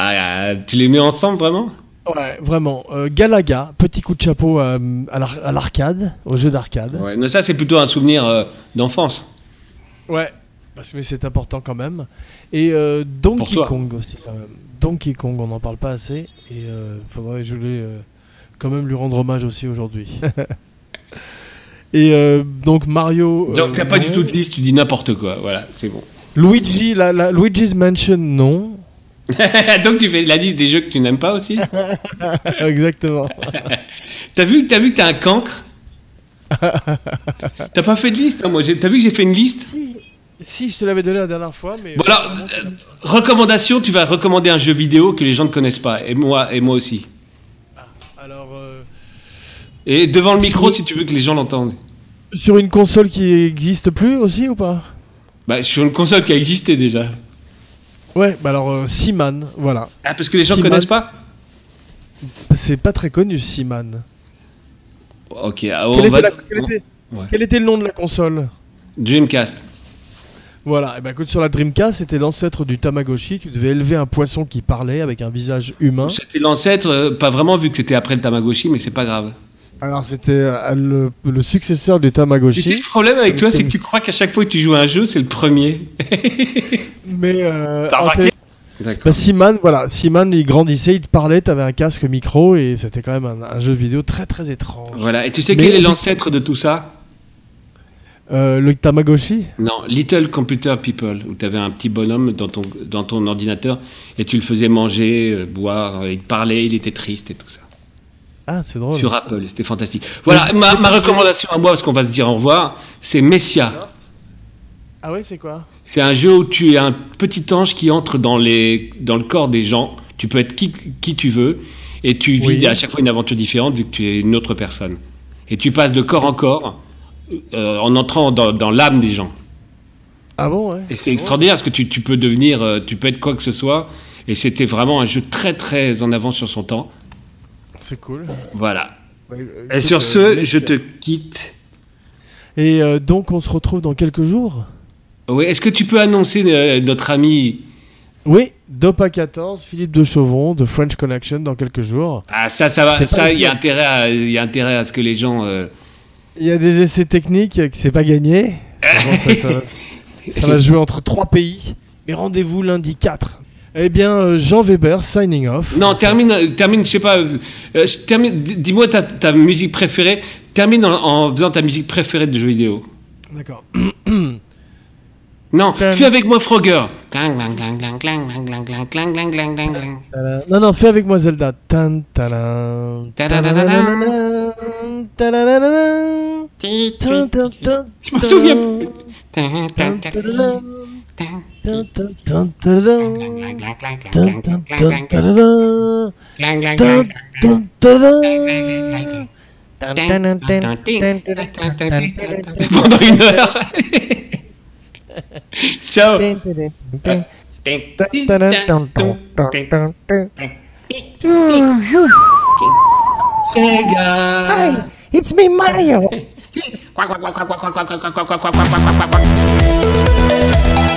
Speaker 1: Ah, tu les mets ensemble vraiment
Speaker 2: Ouais, vraiment. Euh, Galaga, petit coup de chapeau à, à l'ar- à l'arcade, au jeu d'arcade.
Speaker 1: Ouais, mais ça c'est plutôt un souvenir euh, d'enfance.
Speaker 2: Ouais. Parce que c'est important quand même. Et euh, Donkey
Speaker 1: toi.
Speaker 2: Kong aussi quand même. Donkey Kong, on n'en parle pas assez. Et euh, faudrait, je voulais euh, quand même lui rendre hommage
Speaker 1: [laughs]
Speaker 2: aussi aujourd'hui. et euh, donc Mario.
Speaker 1: Donc
Speaker 2: euh,
Speaker 1: t'as pas
Speaker 2: non.
Speaker 1: du tout de liste, tu dis n'importe quoi. Voilà, c'est bon. [laughs]
Speaker 2: Luigi, la, la- Luigi's Mansion, non.
Speaker 1: Donc tu fais la liste des jeux que tu n'aimes pas aussi.
Speaker 2: Exactement.
Speaker 1: T'as vu, t'as vu que t'as un cancre T'as pas fait de liste, hein, moi. j'ai- T'as vu que j'ai fait une liste
Speaker 2: si, je te l'avais donné la dernière fois, mais.
Speaker 1: Bon alors, euh, recommandation, tu vas recommander un jeu vidéo que les gens ne connaissent pas, et moi, et moi aussi.
Speaker 2: Alors. euh,
Speaker 1: Et devant le micro si tu veux que les gens l'entendent.
Speaker 2: sur une console qui existe plus aussi ou pas
Speaker 1: Bah, sur une console qui a existé déjà.
Speaker 2: Ouais, bah alors euh, Seaman, voilà.
Speaker 1: Ah, parce que les gens
Speaker 2: Seaman.
Speaker 1: connaissent pas
Speaker 2: C'est pas très connu, Seaman.
Speaker 1: Ok, ah, on
Speaker 2: Quel,
Speaker 1: va.
Speaker 2: était, la- quel était-
Speaker 1: Ouais.
Speaker 2: quel était le nom de la console
Speaker 1: Dreamcast.
Speaker 2: Voilà, et ben écoute, sur la Dreamcast, c'était l'ancêtre du Tamagotchi. Tu devais élever un poisson qui parlait avec un visage humain.
Speaker 1: C'était l'ancêtre, euh, pas vraiment vu que c'était après le Tamagotchi, mais c'est pas grave.
Speaker 2: Alors, c'était euh, le, le successeur du Tamagotchi.
Speaker 1: Tu sais, le problème avec toi, c'est que tu crois qu'à chaque fois que tu joues à un jeu, c'est le premier.
Speaker 2: [laughs] mais. Euh,
Speaker 1: T'as
Speaker 2: en
Speaker 1: remarqué
Speaker 2: télé-
Speaker 1: D'accord.
Speaker 2: Bah, Seaman, voilà, Seaman, il grandissait, il te parlait, t'avais un casque micro et c'était quand même un, un jeu vidéo très très étrange.
Speaker 1: Voilà. Et tu sais
Speaker 2: Mais-
Speaker 1: quel est l'ancêtre de tout ça
Speaker 2: Euh, le Tamagotchi
Speaker 1: Non, Little Computer People, où tu avais un petit bonhomme dans ton, dans ton ordinateur et tu le faisais manger, euh, boire, euh, il te parlait, il était triste et tout ça.
Speaker 2: Ah, c'est drôle.
Speaker 1: Sur Apple, c'était fantastique. Voilà, ma, ma recommandation à moi, parce qu'on va se dire au revoir, c'est Messia.
Speaker 2: Ah ouais, c'est quoi
Speaker 1: C'est un jeu où tu es un petit ange qui entre dans, les, dans le corps des gens. Tu peux être qui, qui tu veux et tu vis
Speaker 2: Oui.
Speaker 1: à chaque fois une aventure différente vu que tu es une autre personne. Et tu passes de corps en corps euh, en entrant dans- dans l'âme des gens.
Speaker 2: Ah bon, ouais.
Speaker 1: Et c'est extraordinaire parce que tu, tu peux devenir, euh, tu peux être quoi que ce soit. Et c'était vraiment un jeu très très en avance sur son temps.
Speaker 2: C'est cool.
Speaker 1: Voilà.
Speaker 2: Bah, euh,
Speaker 1: Et sur
Speaker 2: écoute,
Speaker 1: ce,
Speaker 2: euh,
Speaker 1: je te quitte.
Speaker 2: Et euh, donc, on se retrouve dans quelques jours
Speaker 1: Oui, est-ce que tu peux annoncer euh, notre ami
Speaker 2: Oui, Dopa 14, Philippe de Chauvron de French Connection dans quelques jours.
Speaker 1: Ah ça, ça va,
Speaker 2: C'est
Speaker 1: ça,
Speaker 2: pas
Speaker 1: il y a
Speaker 2: sûr.
Speaker 1: intérêt, à, il y a intérêt à ce que les gens. euh,
Speaker 2: Il y a des essais techniques euh, que c'est pas gagné. Bon, ça, ça [laughs] va- ça va jouer entre trois pays, mais rendez-vous lundi 4. Eh bien, euh, Jean Weber signing off.
Speaker 1: Non, termine, euh, termine, je sais pas. euh, euh, je termine. d- Dis-moi ta, ta musique préférée. Termine en, en faisant ta musique préférée de jeux vidéo.
Speaker 2: D'accord.
Speaker 1: Non,
Speaker 2: Termine.
Speaker 1: fais avec moi Frogger.
Speaker 3: Clang, clang, clang, clang, clang, clang, clang, clang, clang, clang, clang, clang.
Speaker 2: Non, non, fais avec moi Zelda. Tan, tadam, tadadadadam, tadadadadam,
Speaker 3: Ti, ti,
Speaker 2: tan, tan, tan,
Speaker 1: Je me souviens
Speaker 2: tan, tan,
Speaker 3: tan, tan, tan,
Speaker 2: tadadam,
Speaker 3: tan.
Speaker 2: tan, tan, tan, tadadam,
Speaker 3: Clang, clang, clang,
Speaker 2: tan,
Speaker 3: clang,
Speaker 2: tan, tan,
Speaker 3: clang, clang, clang, clang.
Speaker 2: tadadam,
Speaker 3: Clang, clang,
Speaker 2: tan, tan,
Speaker 3: clang,
Speaker 2: tadadam.
Speaker 3: clang, clang, clang, clang, clang, clang, clang, clang, clang.
Speaker 1: pendant une heure. [laughs] Ciao.
Speaker 3: Ting, ting, ting, ting, ting, ting.
Speaker 5: Dun-dun-dun-dun-dun-dun-dun.
Speaker 3: Sega
Speaker 2: It's me, Mario.
Speaker 3: Quack, quack, quack, quack, quack, quack, quack, quack, quack, quack, quack, quack, quack, quack.